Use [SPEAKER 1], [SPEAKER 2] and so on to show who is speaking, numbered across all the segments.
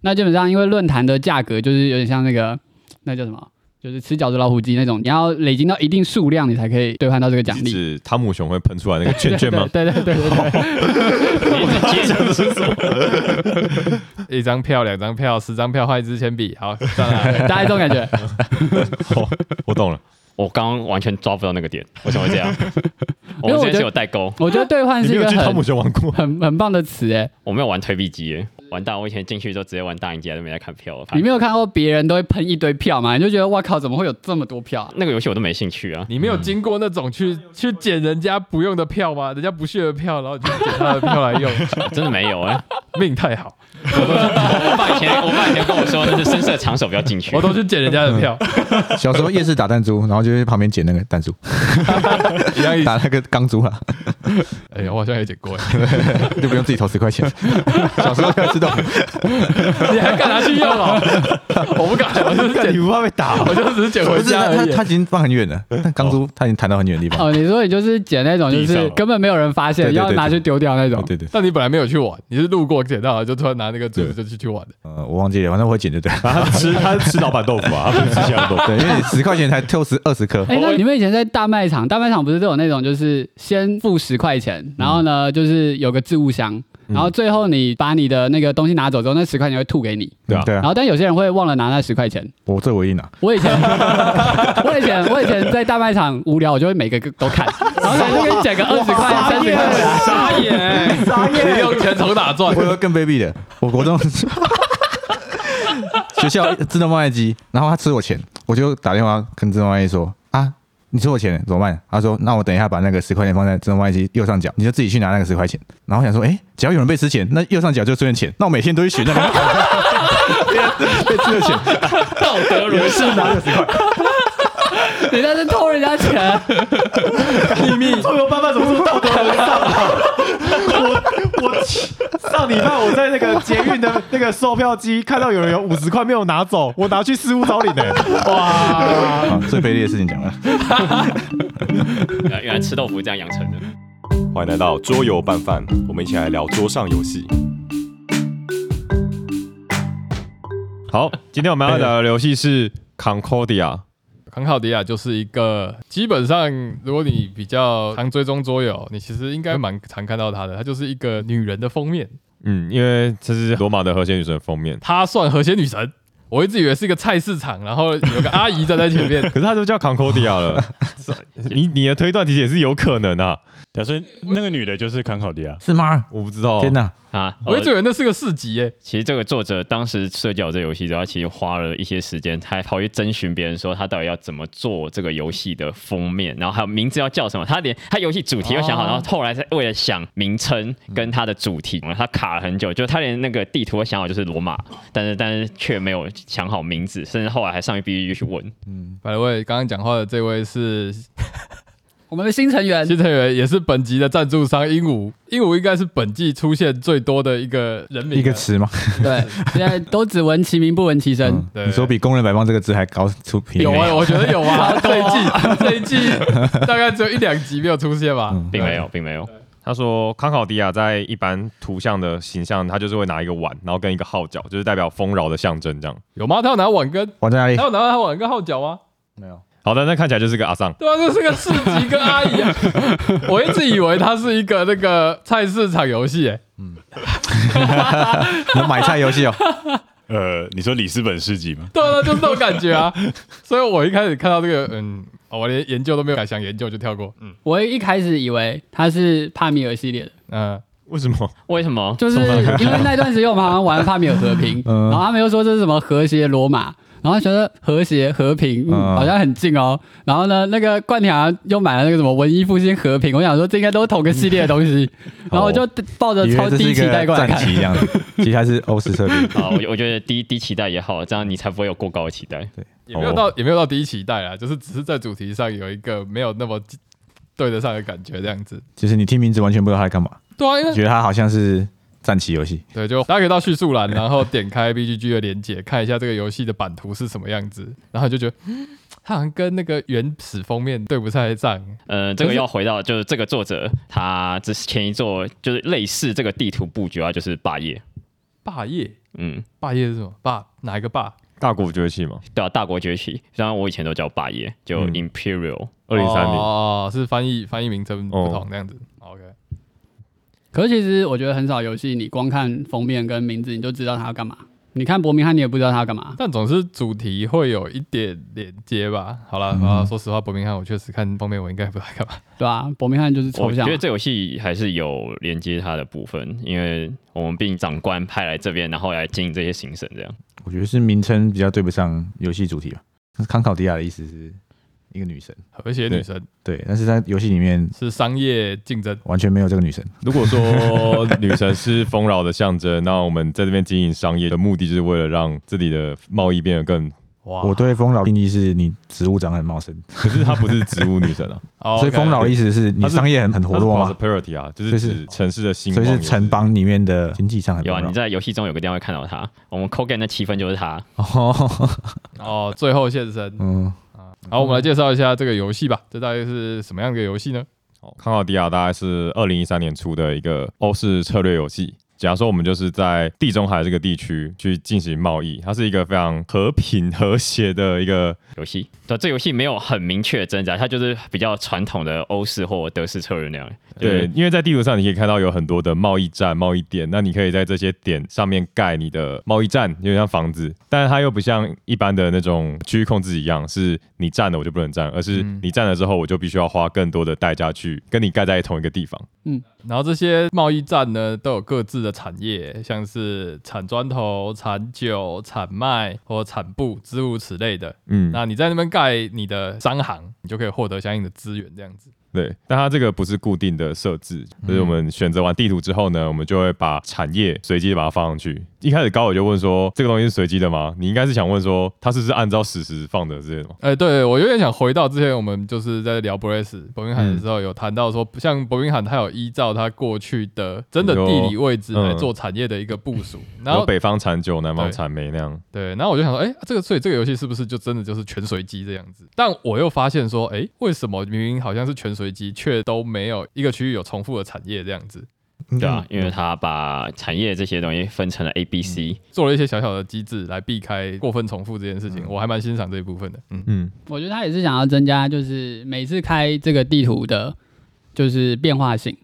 [SPEAKER 1] 那基本上因为论坛的价格就是有点像那个那叫什么，就是吃饺子老虎机那种，你要累积到一定数量，你才可以兑换到这个奖
[SPEAKER 2] 是
[SPEAKER 1] 励。
[SPEAKER 2] 指汤姆熊会喷出来那个圈圈吗？
[SPEAKER 1] 对对对对对对对，
[SPEAKER 3] 一张票、两张票、十张票换一支铅笔，好，算了，
[SPEAKER 1] 大家这种感 觉。
[SPEAKER 2] 哦我懂了，
[SPEAKER 4] 我刚刚完全抓不到那个点，为什么会这样？我
[SPEAKER 1] 因为我
[SPEAKER 4] 们之
[SPEAKER 1] 觉
[SPEAKER 4] 前
[SPEAKER 1] 得
[SPEAKER 4] 是有代沟，
[SPEAKER 1] 我觉得兑换
[SPEAKER 2] 你
[SPEAKER 1] 是
[SPEAKER 2] 没
[SPEAKER 1] 一
[SPEAKER 2] 有
[SPEAKER 1] 个
[SPEAKER 2] 去汤姆
[SPEAKER 1] 很
[SPEAKER 2] 熊 玩过？
[SPEAKER 1] 很很棒的词欸诶、
[SPEAKER 4] 我没有玩推币机耶，完蛋！我以前进去就直接玩大赢家，都没在看票了。
[SPEAKER 1] 你没有看过别人都会喷一堆票嘛？你就觉得哇靠，怎么会有这么多票 啊？
[SPEAKER 4] 那个游戏我都没兴趣啊。
[SPEAKER 3] 你没有经过那种去去捡人家不用的票吗？人家不屑的票，然后你就捡他的票来 用，
[SPEAKER 4] 真的没有哎、
[SPEAKER 3] 命太好，
[SPEAKER 4] 我爸以前，我爸以前跟我说，就是深色场所不要进去。
[SPEAKER 3] 我都去捡人家的票，
[SPEAKER 5] 小时候夜市打弹珠，然后就去旁边捡那个弹珠，
[SPEAKER 3] 一样意思。
[SPEAKER 5] 打那个钢珠啦，
[SPEAKER 3] 哎呀，我好像也捡过，
[SPEAKER 5] 就不用自己投十块钱。小时候要知道，
[SPEAKER 3] 你还敢拿 去用啊？ 我不敢，我就是捡，
[SPEAKER 5] 不怕被打
[SPEAKER 3] 我就只是捡
[SPEAKER 5] 不
[SPEAKER 3] 回
[SPEAKER 5] 是
[SPEAKER 3] 家
[SPEAKER 5] 他
[SPEAKER 3] 而
[SPEAKER 5] 他
[SPEAKER 3] 已。
[SPEAKER 5] 他已经放很远了，但钢珠他已经弹到很远的地方。
[SPEAKER 1] 哦，你说你就是捡那种就
[SPEAKER 2] 地
[SPEAKER 1] 是
[SPEAKER 2] 上
[SPEAKER 1] 根本没有人发现，
[SPEAKER 5] 对对对
[SPEAKER 1] 要拿去丢掉那种。
[SPEAKER 5] 对对对，
[SPEAKER 3] 但你本来没有去玩，你是路过捡到，就突然拿那个纸就去去玩的。
[SPEAKER 5] 呃，我忘记了，反正我会捡就对了。
[SPEAKER 2] 啊他吃他吃老板豆腐 啊，他不是吃香豆腐。
[SPEAKER 5] 对，因为十块钱才抽十二十颗，
[SPEAKER 1] 哎、
[SPEAKER 3] 哦
[SPEAKER 1] 那你们以前在大卖场，大卖场不是都有那种，就是先付十块
[SPEAKER 3] 嗯
[SPEAKER 1] 钱，然后呢，就是有个置物箱，然后最后你把你的那个东西拿走之后，那十块钱会吐给你。
[SPEAKER 2] 对啊
[SPEAKER 5] 对
[SPEAKER 1] 然
[SPEAKER 5] 啊，
[SPEAKER 1] 后，但有些人会忘了拿那十块钱。
[SPEAKER 5] 我这我一定拿。
[SPEAKER 1] 我以 前，我以前，我以前在大卖场无聊，我就会每个都 看，然后可能就给你捡个二十块、三十块的。
[SPEAKER 3] 傻眼，傻眼，你用钱从哪赚
[SPEAKER 5] 我？有个更卑鄙的，我国 中学校自动贩卖机，然后他吃我钱，我就打电话跟自动贩卖机说啊。你吃我钱怎么办？他说：“那我等一下把那个十块钱放在自动贩卖机右上角，你就自己去拿那个十块钱。”然后我想说：“哎、只要有人被吃钱，那右上角就出现钱。那我每天都去 取那个被吃的钱，
[SPEAKER 4] 道德沦丧，
[SPEAKER 1] 你那是偷人家钱，
[SPEAKER 6] 臭油爸爸怎么说道德沦丧啊？我我上礼拜我在那个捷运的那个售票机看到有人有五十块没有拿走，我拿去失物招领的、哇！
[SPEAKER 5] 啊最卑劣的事情讲了。
[SPEAKER 4] 呃原来吃豆腐这样养成的。
[SPEAKER 2] 欢迎来到桌游拌饭，我们一起来聊桌上游戏。好，今天我们要聊的游戏是 Concordia，
[SPEAKER 3] 康考迪亚就是一个，基本上如果你比较常追踪桌游，你其实应该蛮常看到它的。它就是一个女人的封面，
[SPEAKER 2] 嗯，因为这是罗马的和谐女神封面，，
[SPEAKER 3] 她算和谐女神。我一直以为是一个菜市场，然后有个阿姨站在前面
[SPEAKER 2] 可是它都叫 Concordia 了，你你的推断其实也是有可能啊，
[SPEAKER 6] 假设那个女的就是康考迪啊，
[SPEAKER 5] 是吗？
[SPEAKER 2] 我不知道，
[SPEAKER 5] 天哪！
[SPEAKER 4] 啊，
[SPEAKER 3] 我一直以
[SPEAKER 4] 呃
[SPEAKER 3] 为那是个市集耶、
[SPEAKER 4] 其实这个作者当时设计好这游戏之后，他其实花了一些时间，他还跑去征询别人说他到底要怎么做这个游戏的封面，然后还有名字要叫什么，他连他游戏主题都想好，
[SPEAKER 3] 哦
[SPEAKER 4] 然后后来才为了想名称跟他的主题，他卡了很久，就他连那个地图都想好就是罗马，但是但是却没有想好名字，甚至后来还上去 B 去问，
[SPEAKER 3] 百位刚刚讲话的这位是
[SPEAKER 1] 我们的新成员
[SPEAKER 3] 新成员，也是本集的赞助商鹦鹉。鹦鹉应该是本季出现最多的一个人名啊，
[SPEAKER 5] 一个词吗？
[SPEAKER 1] 对，现在都只闻其名不闻其声。
[SPEAKER 5] 嗯
[SPEAKER 3] 对
[SPEAKER 5] 你说比工人百磅这个字还高出评
[SPEAKER 3] 有
[SPEAKER 5] 语
[SPEAKER 3] 啊、我觉得有啊。这一季这一季大概只有一两集没有出现吧，
[SPEAKER 5] 嗯
[SPEAKER 4] 并没有，并没有。
[SPEAKER 2] 他说，康考迪亚在一般图像的形象，他就是会拿一个碗，然后跟一个号角，就是代表丰饶的象征这样。
[SPEAKER 3] 有吗？他有拿碗跟，
[SPEAKER 5] 玩在哪里
[SPEAKER 3] 他？有拿他碗跟号角吗？
[SPEAKER 5] 没有。
[SPEAKER 2] 好的，那看起来就是个阿桑，
[SPEAKER 3] 对啊，这是个市集跟阿 姨、啊。我一直以为它是一个那个菜市场游戏、欸，
[SPEAKER 5] 有买菜游戏哦。
[SPEAKER 6] 呃，你说里斯本市集吗？
[SPEAKER 3] 对啊，就是这种感觉啊。 所以我一开始看到这个，嗯，哦我连研究都没有想研究就跳过。嗯
[SPEAKER 1] 我一开始以为他是帕米尔系列的，
[SPEAKER 3] 嗯，
[SPEAKER 2] 为什么？
[SPEAKER 4] 为什么？
[SPEAKER 1] 就是因为那段时间我们好像玩帕米尔和平，
[SPEAKER 5] 嗯
[SPEAKER 1] 然后他们又说这是什么和谐罗马，然后觉得和谐和平、嗯
[SPEAKER 5] 嗯
[SPEAKER 1] 好像很近哦。然后呢，那个冠廷好像又买了那个什么文艺复兴和平，我想说这应该都是同个系列的东 西，然后我就抱着
[SPEAKER 5] 哦以
[SPEAKER 1] 超
[SPEAKER 5] 为这是
[SPEAKER 1] 低
[SPEAKER 5] 一
[SPEAKER 1] 期待
[SPEAKER 5] 个
[SPEAKER 1] 过来
[SPEAKER 5] 战
[SPEAKER 1] 看。
[SPEAKER 5] 旗一样的，其实它是欧式设定。
[SPEAKER 4] 啊，我我觉得低低期待也好，这样你才不会有过高的期待。
[SPEAKER 3] 也没有
[SPEAKER 2] 哦
[SPEAKER 3] 到、也没有到第一期待啦，就是只是在主题上有一个没有那么对得上的感觉这样子。
[SPEAKER 5] 就是你听名字完全不知道它在干嘛，
[SPEAKER 3] 对啊，因为
[SPEAKER 5] 觉得它好像是战棋游戏。
[SPEAKER 3] 对，就大家可以到叙述栏，然后点开 BGG 的连接，看一下这个游戏的版图是什么样子，然后就觉得，嗯，它好像跟那个原始封面对不太上。
[SPEAKER 4] 呃，这个要回到就是这个作者他之前一作就是类似这个地图布局啊，就是霸业。
[SPEAKER 3] 霸业，
[SPEAKER 4] 嗯，
[SPEAKER 3] 霸业是什么？霸哪一个霸？
[SPEAKER 2] 大国崛起 嘛，
[SPEAKER 4] 对啊，大国崛起，虽然我以前都叫霸业，就
[SPEAKER 2] 嗯
[SPEAKER 4] Imperial，、
[SPEAKER 2] 二零哦三零。
[SPEAKER 3] 哦，是翻译翻译名称不同这样子。OK，
[SPEAKER 1] 可是其实我觉得很少游戏，你光看封面跟名字你就知道它要干嘛。你看伯明翰，你也不知道它要干嘛。
[SPEAKER 3] 但总是主题会有一点连接吧。好
[SPEAKER 5] 嗯
[SPEAKER 3] 了，啊，说实话，伯明翰我确实看封面，我应该不知道干嘛。
[SPEAKER 1] 对啊，伯明翰就是抽
[SPEAKER 4] 我觉
[SPEAKER 1] 象嘛。
[SPEAKER 4] 得这游戏还是有连接它的部分，因为我们毕竟长官派来这边，然后来经营这些行省，这样
[SPEAKER 5] 我觉得是名称比较对不上游戏主题吧。但是康考迪亚的意思是一个女神，
[SPEAKER 3] 和谐女神
[SPEAKER 5] 对，但是在游戏里面
[SPEAKER 3] 是商业竞争，
[SPEAKER 5] 完全没有这个女神。
[SPEAKER 2] 如果说女神是丰饶的象征，那我们在这边经营商业的目的就是为了让自己的贸易变得更，
[SPEAKER 3] 哇
[SPEAKER 5] 我对丰饶定义是你植物长得很茂盛，
[SPEAKER 2] 可是她不是植物女神啊，
[SPEAKER 3] 哦
[SPEAKER 5] 所以
[SPEAKER 3] OK
[SPEAKER 5] 丰饶的意思是你
[SPEAKER 2] 它是
[SPEAKER 5] 商业很很 活络嘛，
[SPEAKER 2] ？Prosperity 啊，就是
[SPEAKER 5] 就是
[SPEAKER 2] 指城市的兴
[SPEAKER 5] 所
[SPEAKER 2] 旺，
[SPEAKER 5] 以是城。邦里面的经济上很
[SPEAKER 4] 有啊，
[SPEAKER 5] 丰饶
[SPEAKER 4] 你在游戏中有个地方会看到它，我们 Kogan 的气氛就是它。
[SPEAKER 5] 哦，
[SPEAKER 3] 哦，最后现身。
[SPEAKER 5] 嗯，
[SPEAKER 3] 好，我们来介绍一下这个游戏吧。这大概是什么样的游戏呢？
[SPEAKER 2] 康奥迪亚大概是二零一三年出的一个欧式策略游戏。假如说我们就是在地中海这个地区去进行贸易，它是一个非常和平和谐的一个
[SPEAKER 4] 游戏，对，这游戏没有很明确的挣扎，它就是比较传统的欧式或德式策略那样。就是
[SPEAKER 2] 对，因为在地图上你可以看到有很多的贸易站、贸易点，那你可以在这些点上面盖你的贸易站，有点像房子，但是它又不像一般的那种区域控制一样，是你占了我就不能占，而是你占了之后我就必须要花更多的代价去跟你盖在同一个地方。
[SPEAKER 3] 然后这些贸易站呢，都有各自的产业，像是产砖头、产酒、产麦或产布，诸如此类的。
[SPEAKER 2] 嗯，
[SPEAKER 3] 那你在那边盖你的商行，你就可以获得相应的资源，这样子。
[SPEAKER 2] 对，但它这个不是固定的设置，就是我
[SPEAKER 3] 嗯
[SPEAKER 2] 们选择完地图之后呢，我们就会把产业随机地把它放上去。一开始高伟就问说，这个东西是随机的吗？你应该是想问说，它是不是按照史实放的之类的吗？
[SPEAKER 3] 哎、对我有点想回到之前我们就是在聊 b r a c e 伯明
[SPEAKER 2] 嗯
[SPEAKER 3] 翰的时候，有谈到说，像伯明翰他有依照他过去的真的地理位置
[SPEAKER 2] 嗯
[SPEAKER 3] 来做产业的一个部署，然
[SPEAKER 2] 有
[SPEAKER 3] 后
[SPEAKER 2] 北方产酒，南方
[SPEAKER 3] 对
[SPEAKER 2] 产梅那样。
[SPEAKER 3] 对，然后我就想说，哎、这个所以这个游戏是不是就真的就是全随机这样子？但我又发现说，哎、为什么明明好像是全随机，却都没有一个区域有重复的产业这样子？
[SPEAKER 4] 对啊，
[SPEAKER 7] 嗯
[SPEAKER 5] 嗯
[SPEAKER 4] 因为它把产业这些东西分成了 A、B、C，
[SPEAKER 3] 做了一些小小的机制来避开过分重复这件事情，我还蛮欣赏这一部分的。嗯，
[SPEAKER 2] 嗯，
[SPEAKER 1] 我觉得他也是想要增加，就是每次开这个地图的，就是变化性。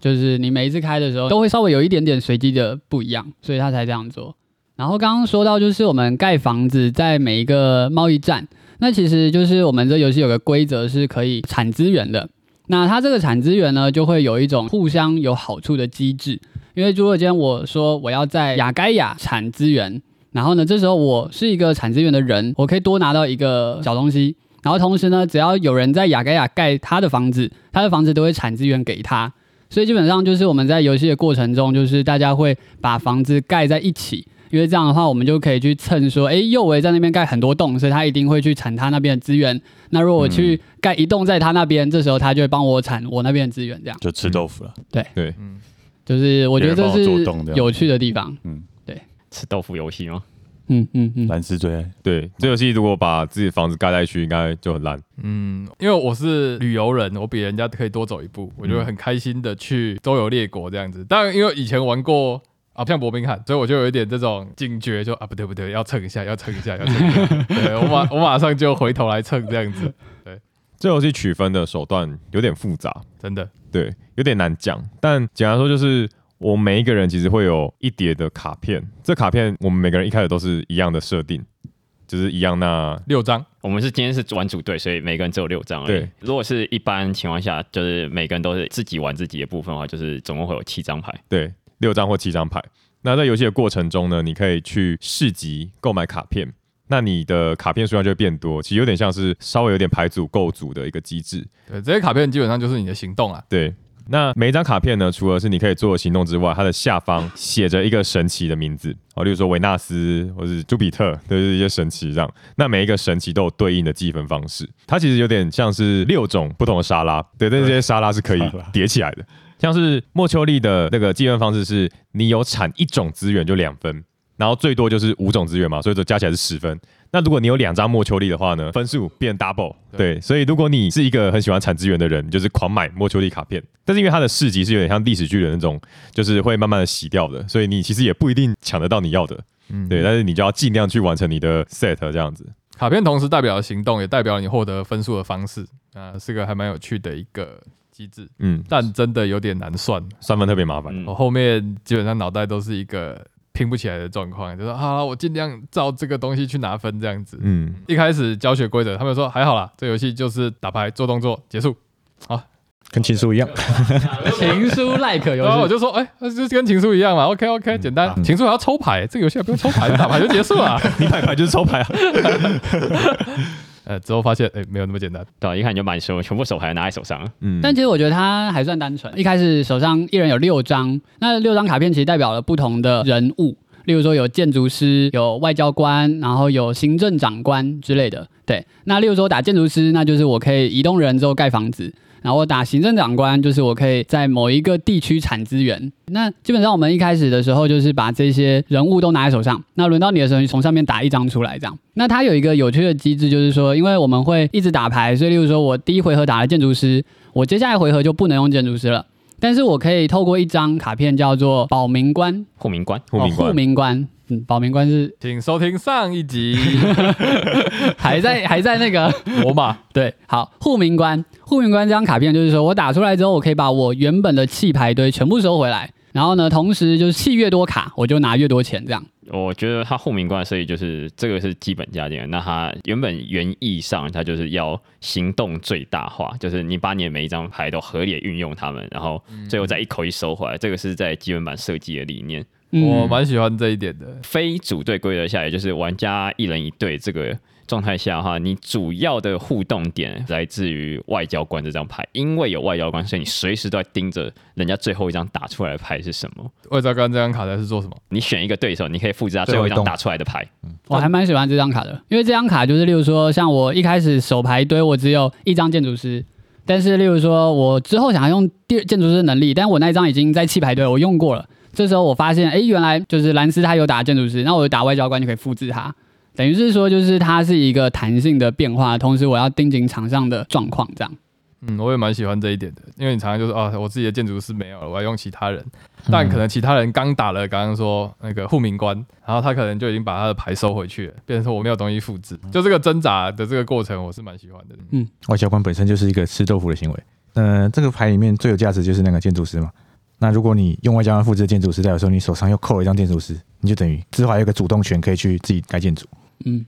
[SPEAKER 1] 就是你每一次开的时候都会稍微有一点点随机的不一样，所以他才这样做。然后刚刚说到，就是我们盖房子在每一个贸易站，那其实就是我们这游戏有个规则是可以产资源的。那它这个产资源呢，就会有一种互相有好处的机制。因为如果今天我说我要在雅盖亚产资源，然后呢，这时候我是一个产资源的人，我可以多拿到一个小东西。然后同时呢，只要有人在雅盖亚盖他的房子，他的房子都会产资源给他。所以基本上就是我们在游戏的过程中，就是大家会把房子盖在一起，因为这样的话，我们就可以去蹭说，诶，右维在那边盖很多栋，所以他一定会去产他那边的资源。那如果我
[SPEAKER 7] 嗯
[SPEAKER 1] 去盖一栋在他那边，这时候他就会帮我产我那边的资源，这样
[SPEAKER 7] 就吃豆腐了。
[SPEAKER 1] 嗯就是我觉得这
[SPEAKER 7] 别人帮我
[SPEAKER 1] 是
[SPEAKER 7] 做动这样
[SPEAKER 1] 有趣的地方。
[SPEAKER 4] 吃豆腐游戏吗？
[SPEAKER 1] 嗯嗯嗯，
[SPEAKER 7] 蓝斯最爱，
[SPEAKER 2] 对，这游戏如果把自己的房子盖在一区，应该就很烂。
[SPEAKER 3] 嗯，因为我是旅游人，我比人家可以多走一
[SPEAKER 2] 嗯
[SPEAKER 3] 步，我就会很开心的去周游列国这样子。当然，因为以前玩过。啊，像伯明翰，所以我就有一点这种警觉，就啊不对不对，要蹭一下， 要蹭一下，要蹭一下。对我马我马上就回头来蹭这样子，
[SPEAKER 2] 这游戏取分的手段有点复杂，
[SPEAKER 3] 真的。
[SPEAKER 2] 对，有点难讲。但简单说就是，我们每一个人其实会有一叠的卡片，这卡片我们每个人一开始都是一样的设定，就是一样那。
[SPEAKER 3] 六张，
[SPEAKER 4] 我们是今天是玩组队，所以每个人只有六张而已
[SPEAKER 2] 对。
[SPEAKER 4] 如果是一般情况下，就是每个人都是自己玩自己的部分的话，就是总共会有七张牌。
[SPEAKER 2] 对，六张或七张牌。那在游戏的过程中呢，你可以去市集购买卡片，那你的卡片数量就会变多，其实有点像是稍微有点牌组构组的一个机制。
[SPEAKER 3] 对，这些卡片基本上就是你的行动啊。
[SPEAKER 2] 对，那每一张卡片呢，除了是你可以做的行动之外，它的下方写着一个神奇的名字哦，例如说维纳斯或是朱比特，都、是一些神奇这样。那每一个神奇都有对应的计分方式，它其实有点像是六种不同的沙拉，对，但是这些沙拉是可以叠起来的。像是莫秋丽的那个计分方式是，你有产一种资源就两分，然后最多就是五种资源嘛，所以说加起来是十分。那如果你有两张莫秋丽的话呢，分数变 double。
[SPEAKER 3] 对
[SPEAKER 2] 对，所以如果你是一个很喜欢产资源的人，你就是狂买莫秋丽卡片。但是因为它的市集是有点像历史巨人那种，就是会慢慢的洗掉的，所以你其实也不一定抢得到你要的。
[SPEAKER 3] 嗯
[SPEAKER 2] 对，但是你就要尽量去完成你的 set 这样子。
[SPEAKER 3] 卡片同时代表了行动，也代表你获得分数的方式，啊、是个还蛮有趣的一个机制，
[SPEAKER 2] 嗯，
[SPEAKER 3] 但真的有点难算。
[SPEAKER 2] 算分特别麻烦。
[SPEAKER 4] 嗯
[SPEAKER 3] 我后面基本上脑袋都是一个拼不起来的状况，就是好了，我尽量照这个东西去拿分这样子。
[SPEAKER 2] 嗯，
[SPEAKER 3] 一开始教学规则，他们说还好啦，这游戏就是打牌做动作结束。
[SPEAKER 7] 跟情书一样，
[SPEAKER 1] 情书 like 游
[SPEAKER 3] 然后我
[SPEAKER 1] 戏，
[SPEAKER 3] 就说，哎、那就是跟情书一样嘛，OK OK，简单。情书还要抽牌，这个游戏还不用抽牌，打牌就结束啊了。
[SPEAKER 2] 你买牌就是抽牌啊。
[SPEAKER 3] 呃，之后发现，哎、没有那么简单。
[SPEAKER 4] 对啊，一看你就满手，全部手牌拿在手上，
[SPEAKER 2] 嗯，
[SPEAKER 1] 但其实我觉得他还算单纯。一开始手上一人有六张，那六张卡片其实代表了不同的人物，例如说有建筑师、有外交官，然后有行政长官之类的。对，那例如说我打建筑师，那就是我可以移动人之后盖房子。然后我打行政长官，就是我可以在某一个地区产资源。那基本上我们一开始的时候，就是把这些人物都拿在手上。那轮到你的时候，你从上面打一张出来，这样。那它有一个有趣的机制，就是说，因为我们会一直打牌，所以例如说我第一回合打了建筑师，我接下来回合就不能用建筑师了，但是我可以透过一张卡片叫做保民官，
[SPEAKER 4] 护民官。
[SPEAKER 2] 护民
[SPEAKER 1] 哦
[SPEAKER 2] 官
[SPEAKER 1] 护，民官，嗯，保民官是
[SPEAKER 3] 请收听上一集
[SPEAKER 1] 还在还在那个
[SPEAKER 3] 罗马，
[SPEAKER 1] 对，好，护民官，护民官这张卡片就是说我打出来之后，我可以把我原本的弃牌堆全部收回来，然后呢，同时就是弃越多卡，我就拿越多钱这样。
[SPEAKER 4] 我觉得他护民官的设计就是这个是基本家庭，那他原本原意上他就是要行动最大化，就是你把你的每一张牌都合理地运用它们，然后最后
[SPEAKER 2] 嗯
[SPEAKER 4] 再一口气收回来，这个是在基本版设计的理念。
[SPEAKER 1] 嗯
[SPEAKER 3] 我蛮喜欢这一点的。
[SPEAKER 4] 非组队规则下，也就是玩家一人一队这个状态下的话，你主要的互动点来自于外交官这张牌，因为有外交官，所以你随时都在盯着人家最后一张打出来的牌是什么。
[SPEAKER 3] 外交官这张卡牌是做什么？
[SPEAKER 4] 你选一个对手，你可以复制他最后一张打出来的牌。
[SPEAKER 1] 我还蛮喜欢这张卡的，因为这张卡就是，例如说，像我一开始手牌堆我只有一张建筑师，但是例如说我之后想要用第建筑师的能力，但我那一张已经在弃牌堆我用过了，这时候我发现，哎，原来就是兰斯他有打建筑师，那我打外交官就可以复制他，等于是说就是它是一个弹性的变化，同时我要盯紧场上的状况这样。
[SPEAKER 3] 嗯，我也蛮喜欢这一点的，因为你常常就是啊，我自己的建筑师没有了，我要用其他人，但可能其他人刚打了刚刚说那个护民官，然后他可能就已经把他的牌收回去了，变成说我没有东西复制，就这个挣扎的这个过程，我是蛮喜欢的。
[SPEAKER 5] 外交官本身就是一个吃豆腐的行为。呃，这个牌里面最有价值就是那个建筑师嘛。那如果你用外交官复制建筑师，代表说你手上又扣了一张建筑师，你就等于之后还有一个主动权可以去自己盖建筑。
[SPEAKER 1] 嗯，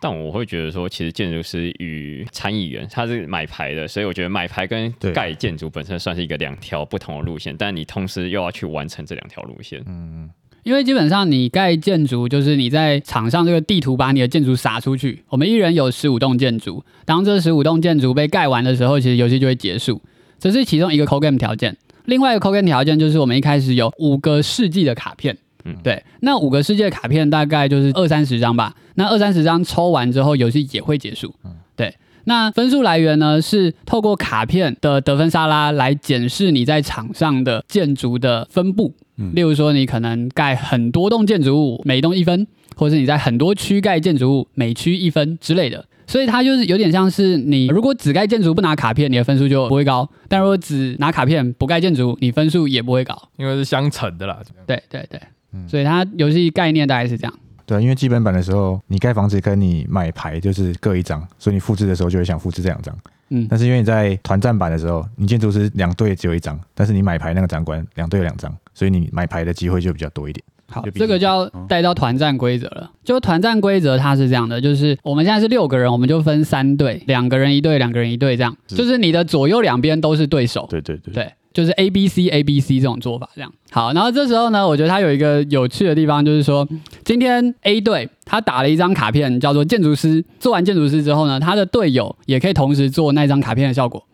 [SPEAKER 4] 但我会觉得说，其实建筑师与参议员他是买牌的，所以我觉得买牌跟
[SPEAKER 5] 对
[SPEAKER 4] 盖建筑本身算是一个两条不同的路线，但你同时又要去完成这两条路线。
[SPEAKER 5] 嗯，
[SPEAKER 1] 因为基本上你盖建筑，就是你在场上这个地图把你的建筑撒出去。我们一人有十五栋建筑，当这十五栋建筑被盖完的时候，其实游戏就会结束。这是其中一个 call game 条件。另外一个 call game 条件就是我们一开始有五个世纪的卡片，
[SPEAKER 4] 嗯
[SPEAKER 1] 对，那五个世纪的卡片大概就是二三十张吧。那二三十张抽完之后，游戏也会结束。对，那分数来源呢是透过卡片的得分沙拉来检视你在场上的建筑的分布。例如说，你可能盖很多栋建筑物，每栋一分，或者是你在很多区盖建筑物，每区一分之类的。所以它就是有点像是你如果只盖建筑不拿卡片，你的分数就不会高；但如果只拿卡片不盖建筑，你分数也不会高。
[SPEAKER 3] 因为是相乘的啦，
[SPEAKER 1] 对对对，
[SPEAKER 7] 嗯
[SPEAKER 1] 所以它游戏概念大概是这样。
[SPEAKER 5] 对啊，因为基本版的时候，你盖房子跟你买牌就是各一张，所以你复制的时候就会想复制这两张。
[SPEAKER 1] 嗯，
[SPEAKER 5] 但是因为你在团战版的时候，你建筑师两队只有一张，但是你买牌那个长官两队有两张，所以你买牌的机会就比较多一点。
[SPEAKER 1] 好
[SPEAKER 7] 就，比嗯
[SPEAKER 1] 这个
[SPEAKER 7] 例
[SPEAKER 1] 就要带到团战规则了。就团战规则它是这样的，就是我们现在是六个人，我们就分三队，两个人一队，两个人一队这样，
[SPEAKER 7] 是
[SPEAKER 1] 就是你的左右两边都是对手。
[SPEAKER 7] 对对对，
[SPEAKER 1] 对，就是 A B C A B C 这种做法，这样好。然后这时候呢，我觉得它有一个有趣的地方，就是说，今天 A 队他打了一张卡片叫做建筑师，做完建筑师之后呢，他的队友也可以同时做那张卡片的效果，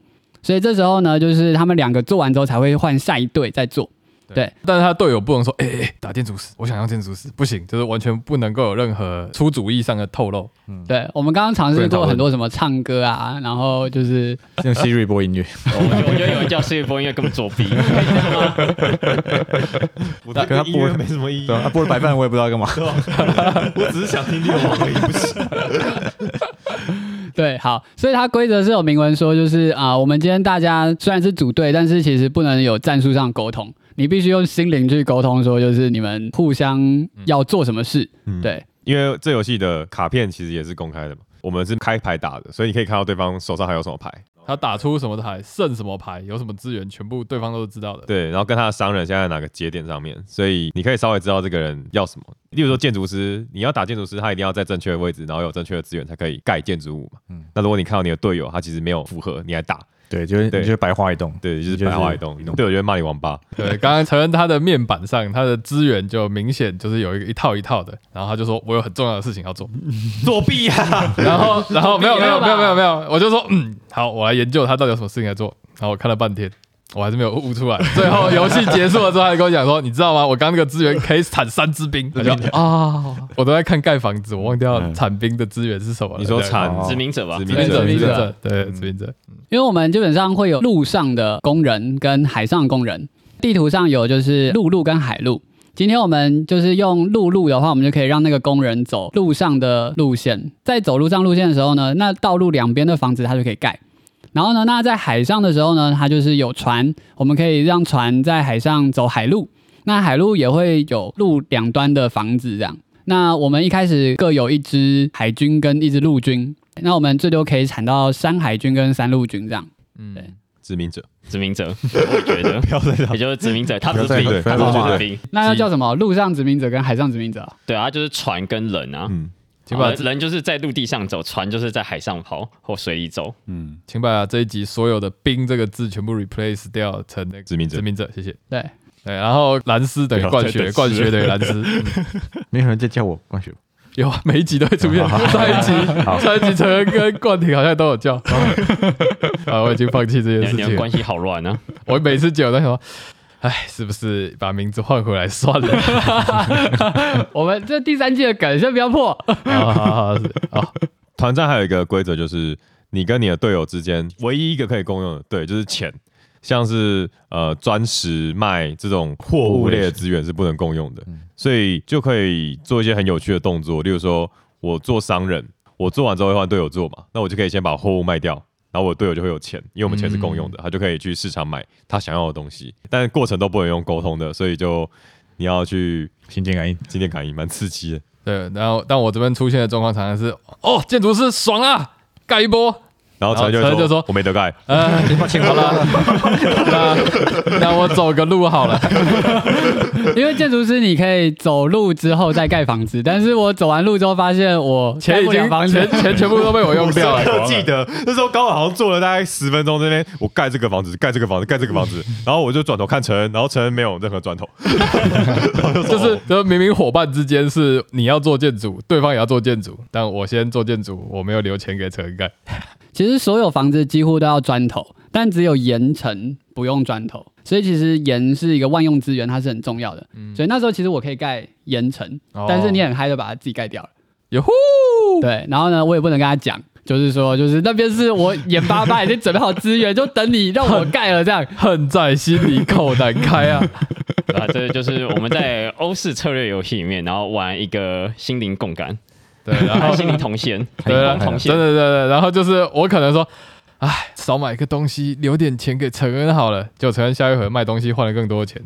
[SPEAKER 1] 所以这时候呢，就是他们两个做完之后才会换下一队再做。对，
[SPEAKER 3] 但是他队友不能说，哎、欸欸打建筑师，我想要建筑师，不行，就是完全不能够有任何出主意上的透露。
[SPEAKER 1] 嗯对，我们刚刚尝试过很多什么唱歌啊，然后就是
[SPEAKER 5] 用 Siri 播音乐，
[SPEAKER 4] 我觉得我觉得有人叫四月波音乐根本作弊，可以这样吗
[SPEAKER 2] 我
[SPEAKER 5] 但
[SPEAKER 2] 对
[SPEAKER 5] 可他
[SPEAKER 2] 音乐
[SPEAKER 5] 不会
[SPEAKER 2] 没什么意义啊
[SPEAKER 5] 对，吧？啊播了白饭我也不知道干嘛。
[SPEAKER 2] 我只是想听听我回忆，不是？
[SPEAKER 1] 对，好，所以它规则是有明文说，就是啊、我们今天大家虽然是组队，但是其实不能有战术上沟通，你必须用心灵去沟通，说就是你们互相要做什么事。
[SPEAKER 2] 嗯
[SPEAKER 1] 对，
[SPEAKER 2] 因为这游戏的卡片其实也是公开的嘛，我们是开牌打的，所以你可以看到对方手上还有什么牌。
[SPEAKER 3] 他打出什么牌，剩什么牌，有什么资源，全部对方都是知道的。
[SPEAKER 2] 对，然后跟他的商人现在在哪个节点上面，所以你可以稍微知道这个人要什么。例如说建筑师，你要打建筑师，他一定要在正确的位置，然后有正确的资源才可以盖建筑物嘛。
[SPEAKER 5] 嗯
[SPEAKER 2] 那如果你看到你的队友他其实没有符合，你还打，
[SPEAKER 5] 对，就是
[SPEAKER 2] 对
[SPEAKER 5] 你就白花一栋，
[SPEAKER 2] 对，就是白花一动，队友就会骂你王八。
[SPEAKER 3] 对，刚刚承认他的面板上，他的资源就明显就是有一个一套一套的，然后他就说我有很重要的事情要做，
[SPEAKER 6] 作弊 啊！
[SPEAKER 3] 然后然后没有没有没
[SPEAKER 1] 没有吧
[SPEAKER 3] 有没有没有，我就说嗯好，我来研究他到底有什么事情要做，然后我看了半天。我还是没有悟出来。最后游戏结束了之后，他就跟我讲说：“你知道吗？我刚那个资源可以产三支兵。”我就啊，我都在看盖房子，我忘掉产兵的资源是什么了。
[SPEAKER 2] 你说
[SPEAKER 3] 这样
[SPEAKER 2] 产
[SPEAKER 5] 哦
[SPEAKER 4] 殖民啊者吧
[SPEAKER 2] 殖，
[SPEAKER 3] 殖
[SPEAKER 2] 民
[SPEAKER 3] 民
[SPEAKER 2] 者
[SPEAKER 3] 者，殖民
[SPEAKER 1] 民者
[SPEAKER 3] 者，对，殖民者。
[SPEAKER 1] 因为我们基本上会有陆上的工人跟海上工人，地图上有就是陆路跟海路。今天我们就是用陆路的话，我们就可以让那个工人走路上的路线，在走路上路线的时候呢，那道路两边的房子它就可以盖。然后呢，那在海上的时候呢，它就是有船，我们可以让船在海上走海路。那海路也会有路两端的房子这样。那我们一开始各有一支海军跟一支陆军，那我们最多可以产到三海军跟三陆军这样。对
[SPEAKER 3] 嗯，
[SPEAKER 2] 殖民者，
[SPEAKER 4] 殖民者，我觉得
[SPEAKER 2] 不要再打
[SPEAKER 4] 也就是殖民者，他不是
[SPEAKER 5] 不要再
[SPEAKER 4] 兵，
[SPEAKER 5] 对
[SPEAKER 4] 他
[SPEAKER 5] 不要
[SPEAKER 4] 不
[SPEAKER 5] 再
[SPEAKER 4] 是
[SPEAKER 5] 对
[SPEAKER 4] 兵，
[SPEAKER 1] 那要叫什么？陆上殖民者跟海上殖民者啊、
[SPEAKER 4] 对啊，他就是船跟人啊。
[SPEAKER 2] 嗯，
[SPEAKER 3] 请把
[SPEAKER 4] 啊人就是在陆地上走，船就是在海上跑或水里走。
[SPEAKER 7] 嗯，
[SPEAKER 3] 请把这一集所有的“兵”这个字全部 replace 掉，成那个
[SPEAKER 2] 殖民者
[SPEAKER 3] 殖民者，谢谢。
[SPEAKER 1] 对，
[SPEAKER 3] 对，然后蓝斯等于
[SPEAKER 2] 不要
[SPEAKER 3] 冠
[SPEAKER 2] 再
[SPEAKER 3] 学，
[SPEAKER 2] 等
[SPEAKER 3] 冠
[SPEAKER 2] 式
[SPEAKER 3] 学等于蓝斯。嗯
[SPEAKER 5] 没有人在叫我光学，
[SPEAKER 3] 有啊，每一集都 会出现。上一集，上一集陈恩跟冠廷好像都有叫。啊，我已经放弃这
[SPEAKER 4] 你
[SPEAKER 3] 件
[SPEAKER 4] 们你
[SPEAKER 3] 事
[SPEAKER 4] 们
[SPEAKER 3] 情了。
[SPEAKER 4] 关系好乱啊！
[SPEAKER 3] 我每次讲，我都想说，哎，是不是把名字换回来算了？
[SPEAKER 1] 我们这第三季的梗先不要破。
[SPEAKER 3] 啊好好好，是好，
[SPEAKER 2] 团战还有一个规则就是，你跟你的队友之间唯一一个可以共用的，对，就是钱，像是呃砖石、麦这种货物类的资源是不能共用的，
[SPEAKER 3] 嗯
[SPEAKER 2] 所以就可以做一些很有趣的动作，例如说我做商人，我做完之后会换队友做嘛，那我就可以先把货物卖掉。然后我队友就会有钱，因为我们钱是共
[SPEAKER 3] 嗯
[SPEAKER 2] 用的，他就可以去市场买他想要的东西。但是过程都不能用沟通的，所以就你要去
[SPEAKER 5] 心电感应，
[SPEAKER 2] 经典感应，蛮刺激的。
[SPEAKER 3] 对。然后，但我这边出现的状况常常是，哦，建筑师爽啊，盖一波。
[SPEAKER 2] 然后
[SPEAKER 3] 然后
[SPEAKER 2] 陈就
[SPEAKER 3] 陈
[SPEAKER 2] 会
[SPEAKER 3] 就
[SPEAKER 2] 说
[SPEAKER 3] 说：“
[SPEAKER 2] 我没得盖。”
[SPEAKER 3] 呃，抱歉，好了，那那我走个路好了。
[SPEAKER 1] 因为建筑师你可以走路之后再盖房子，但是我走完路之后发现我
[SPEAKER 3] 钱
[SPEAKER 1] 盖
[SPEAKER 3] 已
[SPEAKER 1] 不了
[SPEAKER 3] 经
[SPEAKER 1] 房
[SPEAKER 3] 钱
[SPEAKER 1] 子，
[SPEAKER 3] 钱全部都被我用掉
[SPEAKER 2] 我
[SPEAKER 3] 了。
[SPEAKER 2] 记得那时候高尔好像做了大概十分钟，这边我盖这个房子，盖这个房子，盖这个房子， 然后我就转头看陈恩，然后陈恩没有任何转头，
[SPEAKER 3] 就是就是明明伙伴之间是你要做建筑，对方也要做建筑，但我先做建筑，我没有留钱给陈恩盖。
[SPEAKER 1] 其实所有房子几乎都要砖头，但只有盐城不用砖头，所以其实盐是一个万用资源，它是很重要的。所以那时候其实我可以盖盐城，
[SPEAKER 3] 哦
[SPEAKER 1] 但是你很嗨的把它自己盖掉了。
[SPEAKER 3] 哟呼！
[SPEAKER 1] 对，然后呢，我也不能跟他讲，就是说，就是那边是我眼巴巴已经准备好资源，就等你让我盖了这样。
[SPEAKER 3] 恨在心里，口难开啊！
[SPEAKER 4] 对啊，这就是我们在欧式策略游戏里面，然后玩一个心灵共感，
[SPEAKER 3] 对，然
[SPEAKER 4] 还有
[SPEAKER 3] 后
[SPEAKER 4] 心灵同线，
[SPEAKER 3] 啊对啊
[SPEAKER 4] 灵光同
[SPEAKER 3] 对对
[SPEAKER 4] 线。
[SPEAKER 3] 对对，然后就是我可能说，哎，少买个东西，留点钱给陈恩好了。就陈恩下一回卖东西换了更多钱，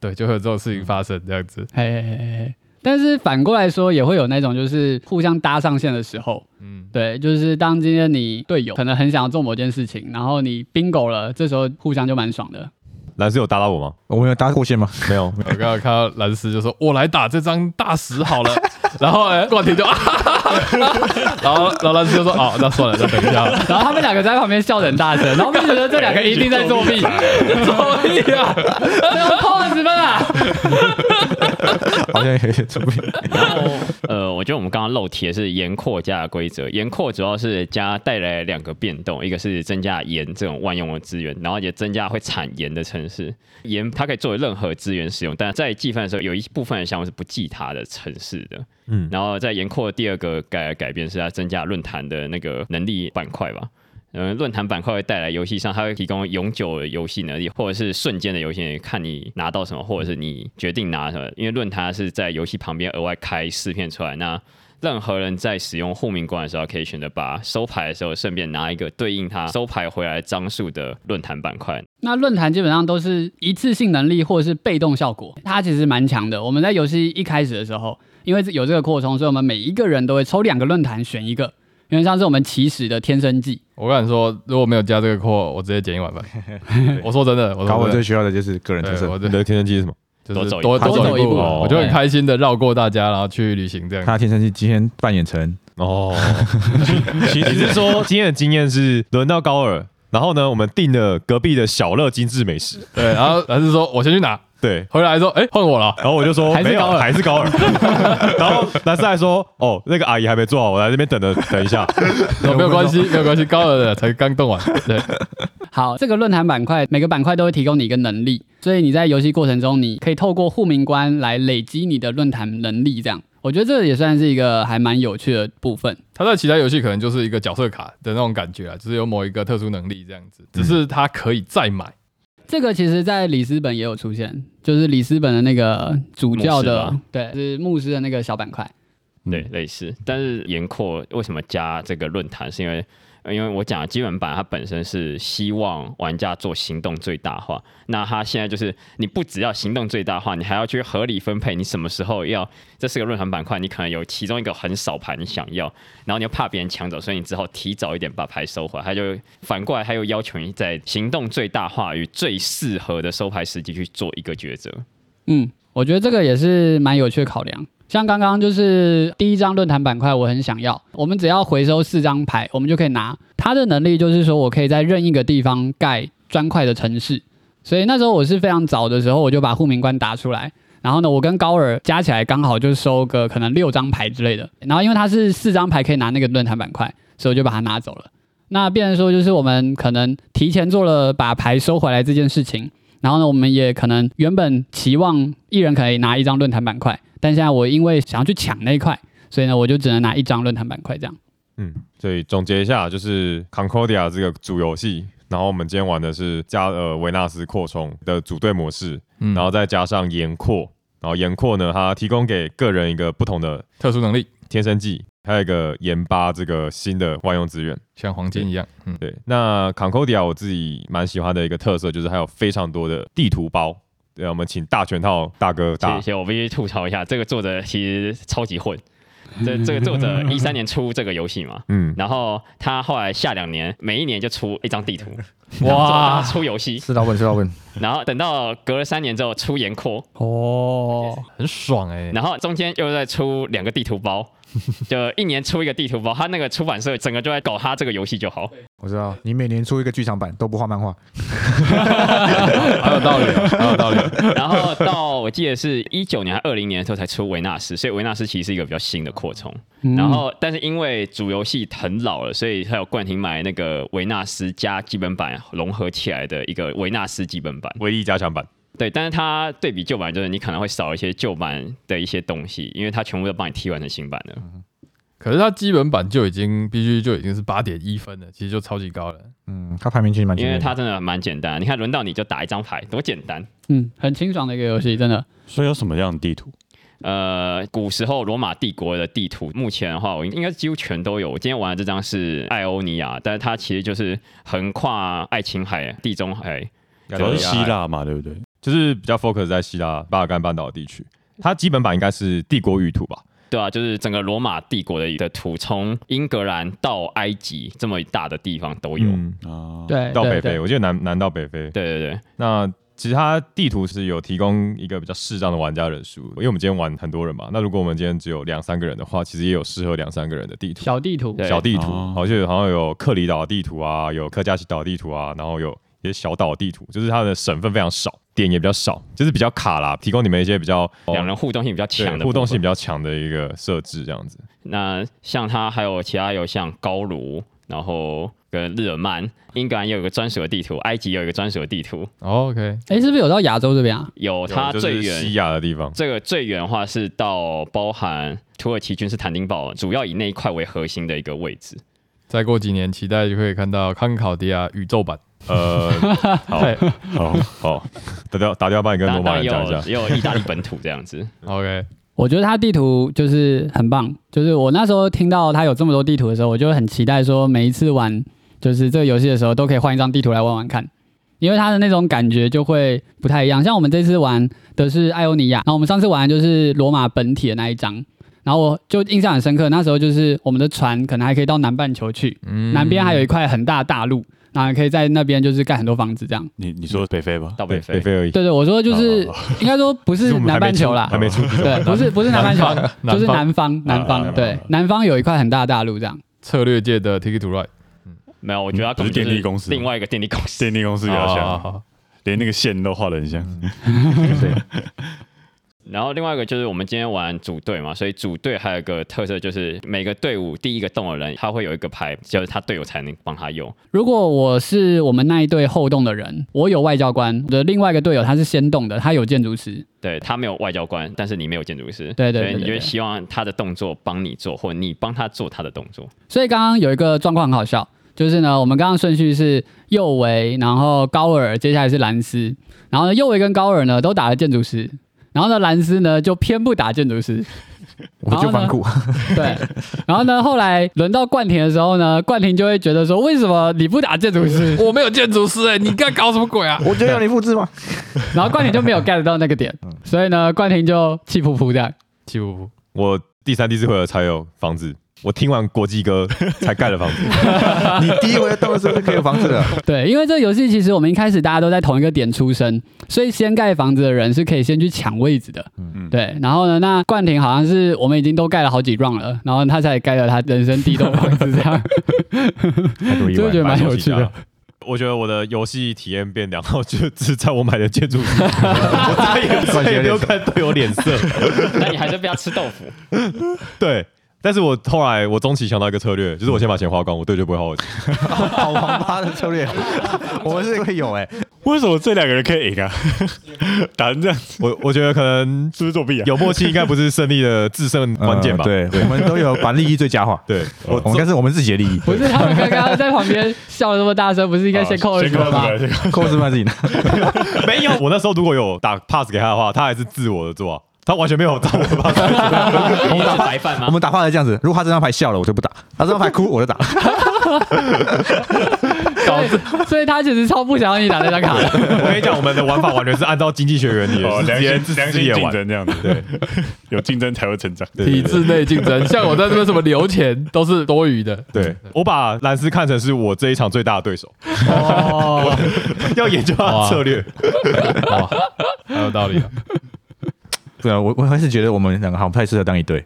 [SPEAKER 3] 对，就会有这种事情发生，这样子。
[SPEAKER 1] 嘿嘿嘿嘿。但是反过来说，也会有那种就是互相搭上线的时候，
[SPEAKER 3] 嗯，
[SPEAKER 1] 对，就是当今天你队友可能很想要做某件事情，然后你 bingo 了，这时候互相就蛮爽的。
[SPEAKER 2] 蓝斯有打打我吗？
[SPEAKER 5] 我们有搭过线吗？
[SPEAKER 2] 没有，
[SPEAKER 3] 我刚刚看到蓝斯就说：“我来打这张大石好了。” 然后呢，冠廷就啊，哈哈哈然后然后老师就说哦，那算了，那等一下。
[SPEAKER 1] 然后他们两个在旁边笑得很大声，然后我们就觉得这两个一定在 作弊，作弊 啊！最后扣了十分啊！
[SPEAKER 5] 好像有一些作弊。
[SPEAKER 4] 呃，我觉得我们刚刚漏提的是盐扩加的规则，盐扩主要是加带来两个变动，一个是增加盐这种万用的资源，然后也增加会产盐的城市。盐它可以作为任何资源使用，但在计算的时候，有一部分的项目是不计它的城市的。
[SPEAKER 2] 嗯，
[SPEAKER 4] 然后在严扩的第二个改改变是它增加论坛的那个能力板块吧。嗯，论坛板块会带来游戏上，它会提供永久的游戏能力，或者是瞬间的游戏能力，看你拿到什么，或者是你决定拿什么。因为论坛它是在游戏旁边额外开四片出来，那任何人在使用护民官的时候，可以选择把收牌的时候顺便拿一个对应它收牌回来的张数的论坛板块。
[SPEAKER 1] 那论坛基本上都是一次性能力或者是被动效果，它其实蛮强的。我们在游戏一开始的时候，因为有这个扩充，所以我们每一个人都会抽两个论坛选一个，因为像是我们起始的天生记。
[SPEAKER 3] 我跟你说，如果没有加这个扩，我直接减一碗饭。我说真的，我
[SPEAKER 5] 搞
[SPEAKER 3] 说
[SPEAKER 5] 我
[SPEAKER 3] 真
[SPEAKER 5] 最
[SPEAKER 3] 的
[SPEAKER 5] 需要的就是个人特
[SPEAKER 3] 对，
[SPEAKER 5] 色
[SPEAKER 3] 我，
[SPEAKER 2] 你的天生记 是什么？
[SPEAKER 3] 就是
[SPEAKER 4] 多走一
[SPEAKER 3] 多
[SPEAKER 4] 步
[SPEAKER 3] 多走
[SPEAKER 1] 多走
[SPEAKER 3] 一
[SPEAKER 1] 一
[SPEAKER 3] 步
[SPEAKER 1] 步，
[SPEAKER 3] 我就很开心的绕过大家，然后去旅行这样。
[SPEAKER 5] 他天生是今天扮演成
[SPEAKER 2] 哦，其实是说今天的经验是轮到高尔，然后呢，我们订了隔壁的小乐精致美食，
[SPEAKER 3] 对，然后老师说我先去拿，
[SPEAKER 2] 对。
[SPEAKER 3] 回来说哎换我了。
[SPEAKER 2] 然后我就说
[SPEAKER 1] 还是
[SPEAKER 2] 没有
[SPEAKER 1] 高，尔
[SPEAKER 2] 还是高尔。然后男生还说：“哦，那个阿姨还没做好，我来这边等了等一下。
[SPEAKER 3] 哦没有关系，没有关系，高二的才刚动完。对，
[SPEAKER 1] 好，这个论坛板块每个板块都会提供你一个能力，所以你在游戏过程中，你可以透过护民官来累积你的论坛能力。这样，我觉得这也算是一个还蛮有趣的部分。
[SPEAKER 3] 他在其他游戏可能就是一个角色卡的那种感觉啊，就是有某一个特殊能力这样子，只是他可以再买。
[SPEAKER 1] 这个其实，在里斯本也有出现，就是里斯本的那个主教
[SPEAKER 4] 牧
[SPEAKER 1] 的
[SPEAKER 4] 师吧，
[SPEAKER 1] 对，是牧师的那个小板块。
[SPEAKER 4] 对，
[SPEAKER 5] 嗯
[SPEAKER 4] 类似。但是严阔为什么加这个论坛，是因为因为我讲的基本版它本身是希望玩家做行动最大化，那它现在就是你不只要行动最大化，你还要去合理分配，你什么时候要这是个论坛板块，你可能有其中一个很少牌你想要，然后你又怕别人抢走，所以你只好提早一点把牌收回来。他就反过来，他又要求你在行动最大化与最适合的收牌时机去做一个抉择。
[SPEAKER 1] 嗯，我觉得这个也是蛮有趣的考量。像刚刚就是第一张论坛板块，我很想要，我们只要回收四张牌，我们就可以拿它的能力，就是说我可以在任一个地方盖砖块的城市。所以那时候我是非常早的时候，我就把护民官打出来。然后呢，我跟高尔加起来刚好就收个可能六张牌之类的。然后因为它是四张牌可以拿那个论坛板块，所以我就把它拿走了。那变成说就是我们可能提前做了把牌收回来这件事情，然后呢，我们也可能原本期望一人可以拿一张论坛板块，但现在我因为想要去抢那一块，所以呢，我就只能拿一张论坛板块这样。”
[SPEAKER 2] 嗯，所以总结一下，就是 Concordia 这个主游戏，然后我们今天玩的是加呃维纳斯扩充的组队模式，
[SPEAKER 3] 嗯，
[SPEAKER 2] 然后再加上岩扩，然后岩扩呢，它提供给个人一个不同的
[SPEAKER 3] 特殊能力
[SPEAKER 2] 天生技，还有一个研发这个新的万用资源。
[SPEAKER 3] 像黄金一样，嗯，
[SPEAKER 2] 对，那 Concordia 我自己蛮喜欢的一个特色就是它有非常多的地图包。对，我们请大全套大哥
[SPEAKER 4] 谢
[SPEAKER 2] 大
[SPEAKER 4] 谢，我必须吐槽一下，这个作者其实超级混。这这个作者一三年出这个游戏嘛，
[SPEAKER 2] 嗯，
[SPEAKER 4] 然后他后来下两年，每一年就出一张地图，
[SPEAKER 3] 哇
[SPEAKER 4] 哇，出游戏，
[SPEAKER 5] 是老本是老本，
[SPEAKER 4] 然后等到隔了三年之后出岩扩，
[SPEAKER 1] 哦，
[SPEAKER 3] 很爽哎。
[SPEAKER 4] 然后中间又再出两个地图包，就一年出一个地图包，他那个出版社整个就在搞他这个游戏就好，
[SPEAKER 5] 我知道你每年出一个剧场版都不画漫画，
[SPEAKER 3] 很有道理，很有道理。
[SPEAKER 4] 然后到我记得是一九年还二零年的时候才出维纳斯，所以维纳斯其实是一个比较新的扩充。
[SPEAKER 1] 嗯
[SPEAKER 4] 然后，但是因为主游戏很老了，所以还有冠廷买那个维纳斯加基本版融合起来的一个维纳斯基本版。
[SPEAKER 2] 唯一加强版。
[SPEAKER 4] 对，但是它对比旧版，就是你可能会少一些旧版的一些东西，因为它全部都帮你替换成新版的。
[SPEAKER 3] 可是他基本版就已经必须就已经是八点一分了，其实就超级高了。
[SPEAKER 5] 嗯，他排名其实蛮前
[SPEAKER 4] 因为
[SPEAKER 5] 面的
[SPEAKER 4] 它真的蛮简单，你看轮到你就打一张牌，多简单。
[SPEAKER 1] 嗯，很清爽的一个游戏，真的。
[SPEAKER 7] 所以有什么样的地图？
[SPEAKER 4] 呃，古时候罗马帝国的地图，目前的话，我应该几乎全都有。我今天玩的这张是爱欧尼亚，但是它其实就是横跨爱琴海、地中海。
[SPEAKER 2] 亚
[SPEAKER 7] 主要
[SPEAKER 2] 洲
[SPEAKER 7] 是希腊嘛，对不对？
[SPEAKER 2] 就是比较 focus 在希腊巴尔干半岛地区。它基本版应该是帝国舆图吧？
[SPEAKER 4] 对啊，就是整个罗马帝国的的图，从英格兰到埃及这么大的地方都有。
[SPEAKER 2] 嗯，
[SPEAKER 7] 啊，
[SPEAKER 1] 对，
[SPEAKER 2] 到
[SPEAKER 1] 对
[SPEAKER 2] 北
[SPEAKER 1] 对
[SPEAKER 2] 非，我记得南南到北非。
[SPEAKER 4] 对对对，
[SPEAKER 2] 那其实它地图是有提供一个比较适当的玩家人数，因为我们今天玩很多人嘛。那如果我们今天只有两三个人的话，其实也有适合两三个人的地图。
[SPEAKER 1] 小地图
[SPEAKER 4] 对
[SPEAKER 2] 小地图，
[SPEAKER 7] 哦
[SPEAKER 2] 好像有好像有克里岛的地图啊，有客家西岛的地图啊，然后有一些小岛的地图，就是它的省份非常少，点也比较少，就是比较卡啦，提供你们一些比较
[SPEAKER 4] 两人互动性比较
[SPEAKER 2] 哦对
[SPEAKER 4] 强的
[SPEAKER 2] 互动
[SPEAKER 4] 部分
[SPEAKER 2] 性比较强的一个设置，这样子。
[SPEAKER 4] 那像它还有其他有像高卢，然后跟日耳曼，英格兰也有一个专属的地图，埃及有一个专属的地图，
[SPEAKER 3] 哦 OK，
[SPEAKER 1] 哎、是不是有到亚洲这边啊？
[SPEAKER 4] 有它
[SPEAKER 2] 有
[SPEAKER 4] 最
[SPEAKER 2] 就是
[SPEAKER 4] 远
[SPEAKER 2] 西亚的地方，
[SPEAKER 4] 这个最远的话是到包含土耳其君士坦丁堡，主要以那一块为核心的一个位置。
[SPEAKER 3] 再过几年期待就可以看到康考迪亚宇宙版。
[SPEAKER 2] 呃，好
[SPEAKER 3] 对
[SPEAKER 2] 好好，打电话打电话帮你跟
[SPEAKER 4] 当
[SPEAKER 2] 罗
[SPEAKER 4] 然
[SPEAKER 2] 马
[SPEAKER 4] 当然
[SPEAKER 2] 人讲一
[SPEAKER 4] 有
[SPEAKER 2] 下。
[SPEAKER 4] 也有意大利本土这样子，
[SPEAKER 3] OK，
[SPEAKER 1] 我觉得它地图就是很棒，就是我那时候听到它有这么多地图的时候，我就很期待说每一次玩就是这个游戏的时候，都可以换一张地图来玩玩看，因为它的那种感觉就会不太一样。像我们这次玩的是艾欧尼亚，然后我们上次玩的就是罗马本体的那一张，然后我就印象很深刻，那时候就是我们的船可能还可以到南半球去，
[SPEAKER 3] 嗯
[SPEAKER 1] 南边还有一块很大的大陆，然后可以在那边就是盖很多房子这样。
[SPEAKER 7] 你你说北非哦吧？
[SPEAKER 4] 到北
[SPEAKER 2] 北
[SPEAKER 4] 非。
[SPEAKER 2] 非而已，
[SPEAKER 1] 对对，我说嗯就是
[SPEAKER 7] 好
[SPEAKER 1] 应该说不
[SPEAKER 2] 就是我们
[SPEAKER 1] 南
[SPEAKER 2] 还没
[SPEAKER 1] 半球
[SPEAKER 2] 出
[SPEAKER 1] 啦，
[SPEAKER 2] 还没出地图
[SPEAKER 1] 对，不是不是南半球，
[SPEAKER 3] 南 方
[SPEAKER 1] 就是南方，南
[SPEAKER 7] 啊
[SPEAKER 1] 方对
[SPEAKER 7] 啊，
[SPEAKER 1] 南方有一块很大的大陆这样。
[SPEAKER 3] 策略界的 Ticket to Ride。
[SPEAKER 4] 没有，我觉得它根本
[SPEAKER 7] 不是电力公司吗
[SPEAKER 4] 另外一个电力公司。 哦
[SPEAKER 7] 电力公司比较
[SPEAKER 3] 好
[SPEAKER 1] 哦
[SPEAKER 7] 像，
[SPEAKER 3] 好好
[SPEAKER 7] 连那个线都画的很像。
[SPEAKER 4] 然后另外一个就是我们今天玩组队嘛，所以组队还有一个特色就是每个队伍第一个动的人，他会有一个牌，就是他队友才能帮他用。
[SPEAKER 1] 如果我是我们那一队后动的人，我有外交官，我的另外一个队友他是先动的，他有建筑师，
[SPEAKER 4] 对他没有外交官，但是你没有建筑师，
[SPEAKER 1] 对对对
[SPEAKER 4] 所以你
[SPEAKER 1] 对
[SPEAKER 4] 就
[SPEAKER 1] 对
[SPEAKER 4] 希望他的动作帮你做，或你帮他做他的动 作。
[SPEAKER 1] 所以刚刚有一个状况很好笑，就是呢，我们刚刚顺序是右维，然后高尔，接下来是兰斯，然后呢，右维跟高尔呢都打了建筑师，然后呢，兰斯呢就偏不打建筑师，
[SPEAKER 5] 我就反骨，
[SPEAKER 1] 对，然后呢，后来轮到冠廷的时候呢，冠廷就会觉得说，为什么你不打建筑 师？
[SPEAKER 3] 我没有建筑师哎、你该搞什么鬼啊？
[SPEAKER 5] 我就要你复制嘛。
[SPEAKER 1] 然后冠廷就没有 get 到那个点，
[SPEAKER 7] 嗯
[SPEAKER 1] 所以呢，冠廷就气噗噗这 样。
[SPEAKER 3] 七五五，
[SPEAKER 2] 我第三、第四回合才有房子。我听完国际歌才盖了房子，
[SPEAKER 5] 你第一回合动的时候就可以有房子了，
[SPEAKER 1] 对，因为这个游戏其实我们一开始大家都在同一个点出生，所以先盖房子的人是可以先去抢位置的。
[SPEAKER 7] 嗯
[SPEAKER 1] 对，然后呢，那冠廷好像是我们已经都盖了好几 round 了，然后他才盖了他人生第一栋房子这 样。
[SPEAKER 5] 太多意
[SPEAKER 1] 这个
[SPEAKER 5] 外
[SPEAKER 1] 觉得
[SPEAKER 5] 了。
[SPEAKER 1] 蛮有趣的。
[SPEAKER 2] 我觉得我的游戏体验变良好，就是在我买的建 筑师，我再也再也没有看队友脸色。
[SPEAKER 4] 那你还是不要吃豆 腐。
[SPEAKER 2] 对，但是我后来我中期想到一个策略，就是我先把钱花光，我队就不会花我钱。
[SPEAKER 5] 好王八的策略，我们是会有哎、
[SPEAKER 7] 为什么这两个人可以赢啊？ 打成这样是
[SPEAKER 2] 我我觉得可能
[SPEAKER 7] 不是作弊啊？
[SPEAKER 2] 有默契，应该不是胜利的制胜关键
[SPEAKER 1] 嗯
[SPEAKER 2] 吧？
[SPEAKER 5] 呃对，我们都有把利益最佳化。
[SPEAKER 2] 对，
[SPEAKER 5] 我们应该是我们自己的利益，
[SPEAKER 1] 不是他们刚刚在旁边笑得这么大声，不是应该先扣二
[SPEAKER 7] 啊先
[SPEAKER 1] 十
[SPEAKER 7] 扣
[SPEAKER 1] 分吗？
[SPEAKER 7] 这个，
[SPEAKER 5] 扣是卖自己拿。
[SPEAKER 2] 没有。我那时候如果有打 pass 给他的话，他还是自我的做啊，他完全没有照我的 pass。
[SPEAKER 4] 你是白饭
[SPEAKER 5] 我
[SPEAKER 4] 吗？
[SPEAKER 5] 们打话是这样子，如果他这张牌笑了，我就不打；他这张牌哭，我就 打。
[SPEAKER 1] 对，所以他其实超不想要你打那张卡的。
[SPEAKER 2] 我跟你讲，我们的玩法完全是按照经济学原理
[SPEAKER 7] 哦，
[SPEAKER 2] 的，直接
[SPEAKER 7] 良心良
[SPEAKER 2] 自
[SPEAKER 7] 心
[SPEAKER 2] 己也
[SPEAKER 7] 竞
[SPEAKER 2] 玩。
[SPEAKER 7] 争这样子，
[SPEAKER 2] 对，
[SPEAKER 7] 有竞争才会成长。
[SPEAKER 2] 对 对
[SPEAKER 3] 体
[SPEAKER 2] 对
[SPEAKER 3] 制内竞争，像我在这边什么留钱都是多余的。
[SPEAKER 2] 对我把兰斯看成是我这一场最大的对手，
[SPEAKER 1] 哦，
[SPEAKER 2] 要研究他的策略。
[SPEAKER 3] 哇， 还有道理啊！
[SPEAKER 5] 对啊，我我还是觉得我们两个好像不太适合当一 对，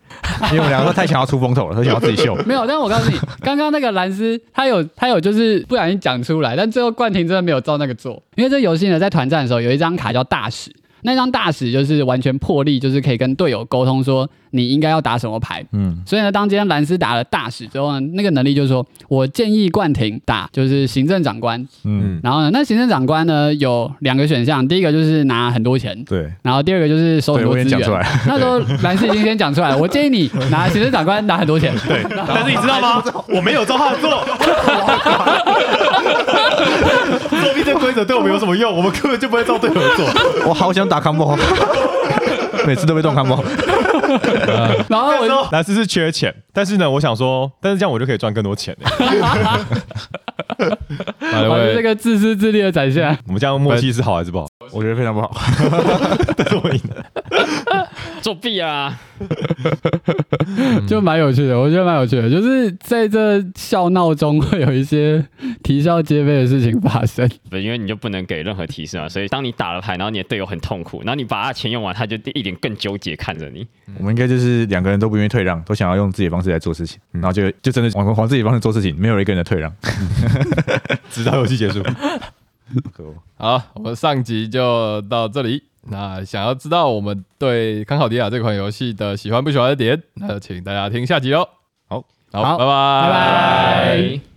[SPEAKER 5] 因为我们两个都太想要出风头了，都想要自己秀。
[SPEAKER 1] 没有，但我告诉 你，刚刚那个蓝斯他有他有就是不小心讲出来，但最后冠廷真的没有照那个做，因为这游戏呢在团战的时候有一张卡叫大使，那张大使就是完全破例，就是可以跟队友沟通说你应该要打什么牌。
[SPEAKER 5] 嗯，
[SPEAKER 1] 所以呢，当今天蓝斯打了大使之后呢，那个能力就是说我建议冠廷打就是行政长官，
[SPEAKER 5] 嗯，
[SPEAKER 2] 嗯，
[SPEAKER 1] 然后呢，那行政长官呢有两个选项，第一个就是拿很多钱，
[SPEAKER 5] 对，
[SPEAKER 1] 然后第二个就是收很
[SPEAKER 5] 对
[SPEAKER 1] 多
[SPEAKER 5] 我
[SPEAKER 1] 资
[SPEAKER 5] 也
[SPEAKER 1] 源
[SPEAKER 5] 讲。出来，
[SPEAKER 1] 那时候蓝斯已经先讲出来了，我建议你拿行政长官拿很多钱。
[SPEAKER 2] 对，哦但是你知道吗？我没有照他的做，作弊这规则对我们有什么用？我们根本就不会照队友的做。
[SPEAKER 5] 我好想打 combo，每次都被动 combo。
[SPEAKER 1] 然后我
[SPEAKER 2] 兰斯是缺钱，但是呢，我想说，但是这样我就可以赚更多钱了。
[SPEAKER 3] 来
[SPEAKER 1] 我是这
[SPEAKER 3] 位啊
[SPEAKER 1] 个自私自利的展现。
[SPEAKER 2] 我们这样默契是好还是不好？
[SPEAKER 5] 我觉得非常不好。
[SPEAKER 4] 作弊啊！
[SPEAKER 1] 就蛮有趣的，我觉得蛮有趣的，就是在这笑闹中会有一些啼笑皆非的事情发生。
[SPEAKER 4] 不，因为你就不能给任何提示啊，所以当你打了牌，然后你的队友很痛苦，然后你把他钱用完，他就一脸更纠结看着你。
[SPEAKER 5] 我们应该就是两个人都不愿意退让，都想要用自己的方式来做事情，然后就就真的往往自己的方式做事情，没有一个人的退让。
[SPEAKER 2] 直到游戏结束。
[SPEAKER 3] 好，我们上集就到这里。那想要知道我们对《康考迪亚》这款游戏的喜欢不喜欢的点，那请大家听下集哦。
[SPEAKER 5] 好，
[SPEAKER 3] 好，
[SPEAKER 1] 好
[SPEAKER 3] 拜拜
[SPEAKER 1] 拜拜。
[SPEAKER 4] 拜。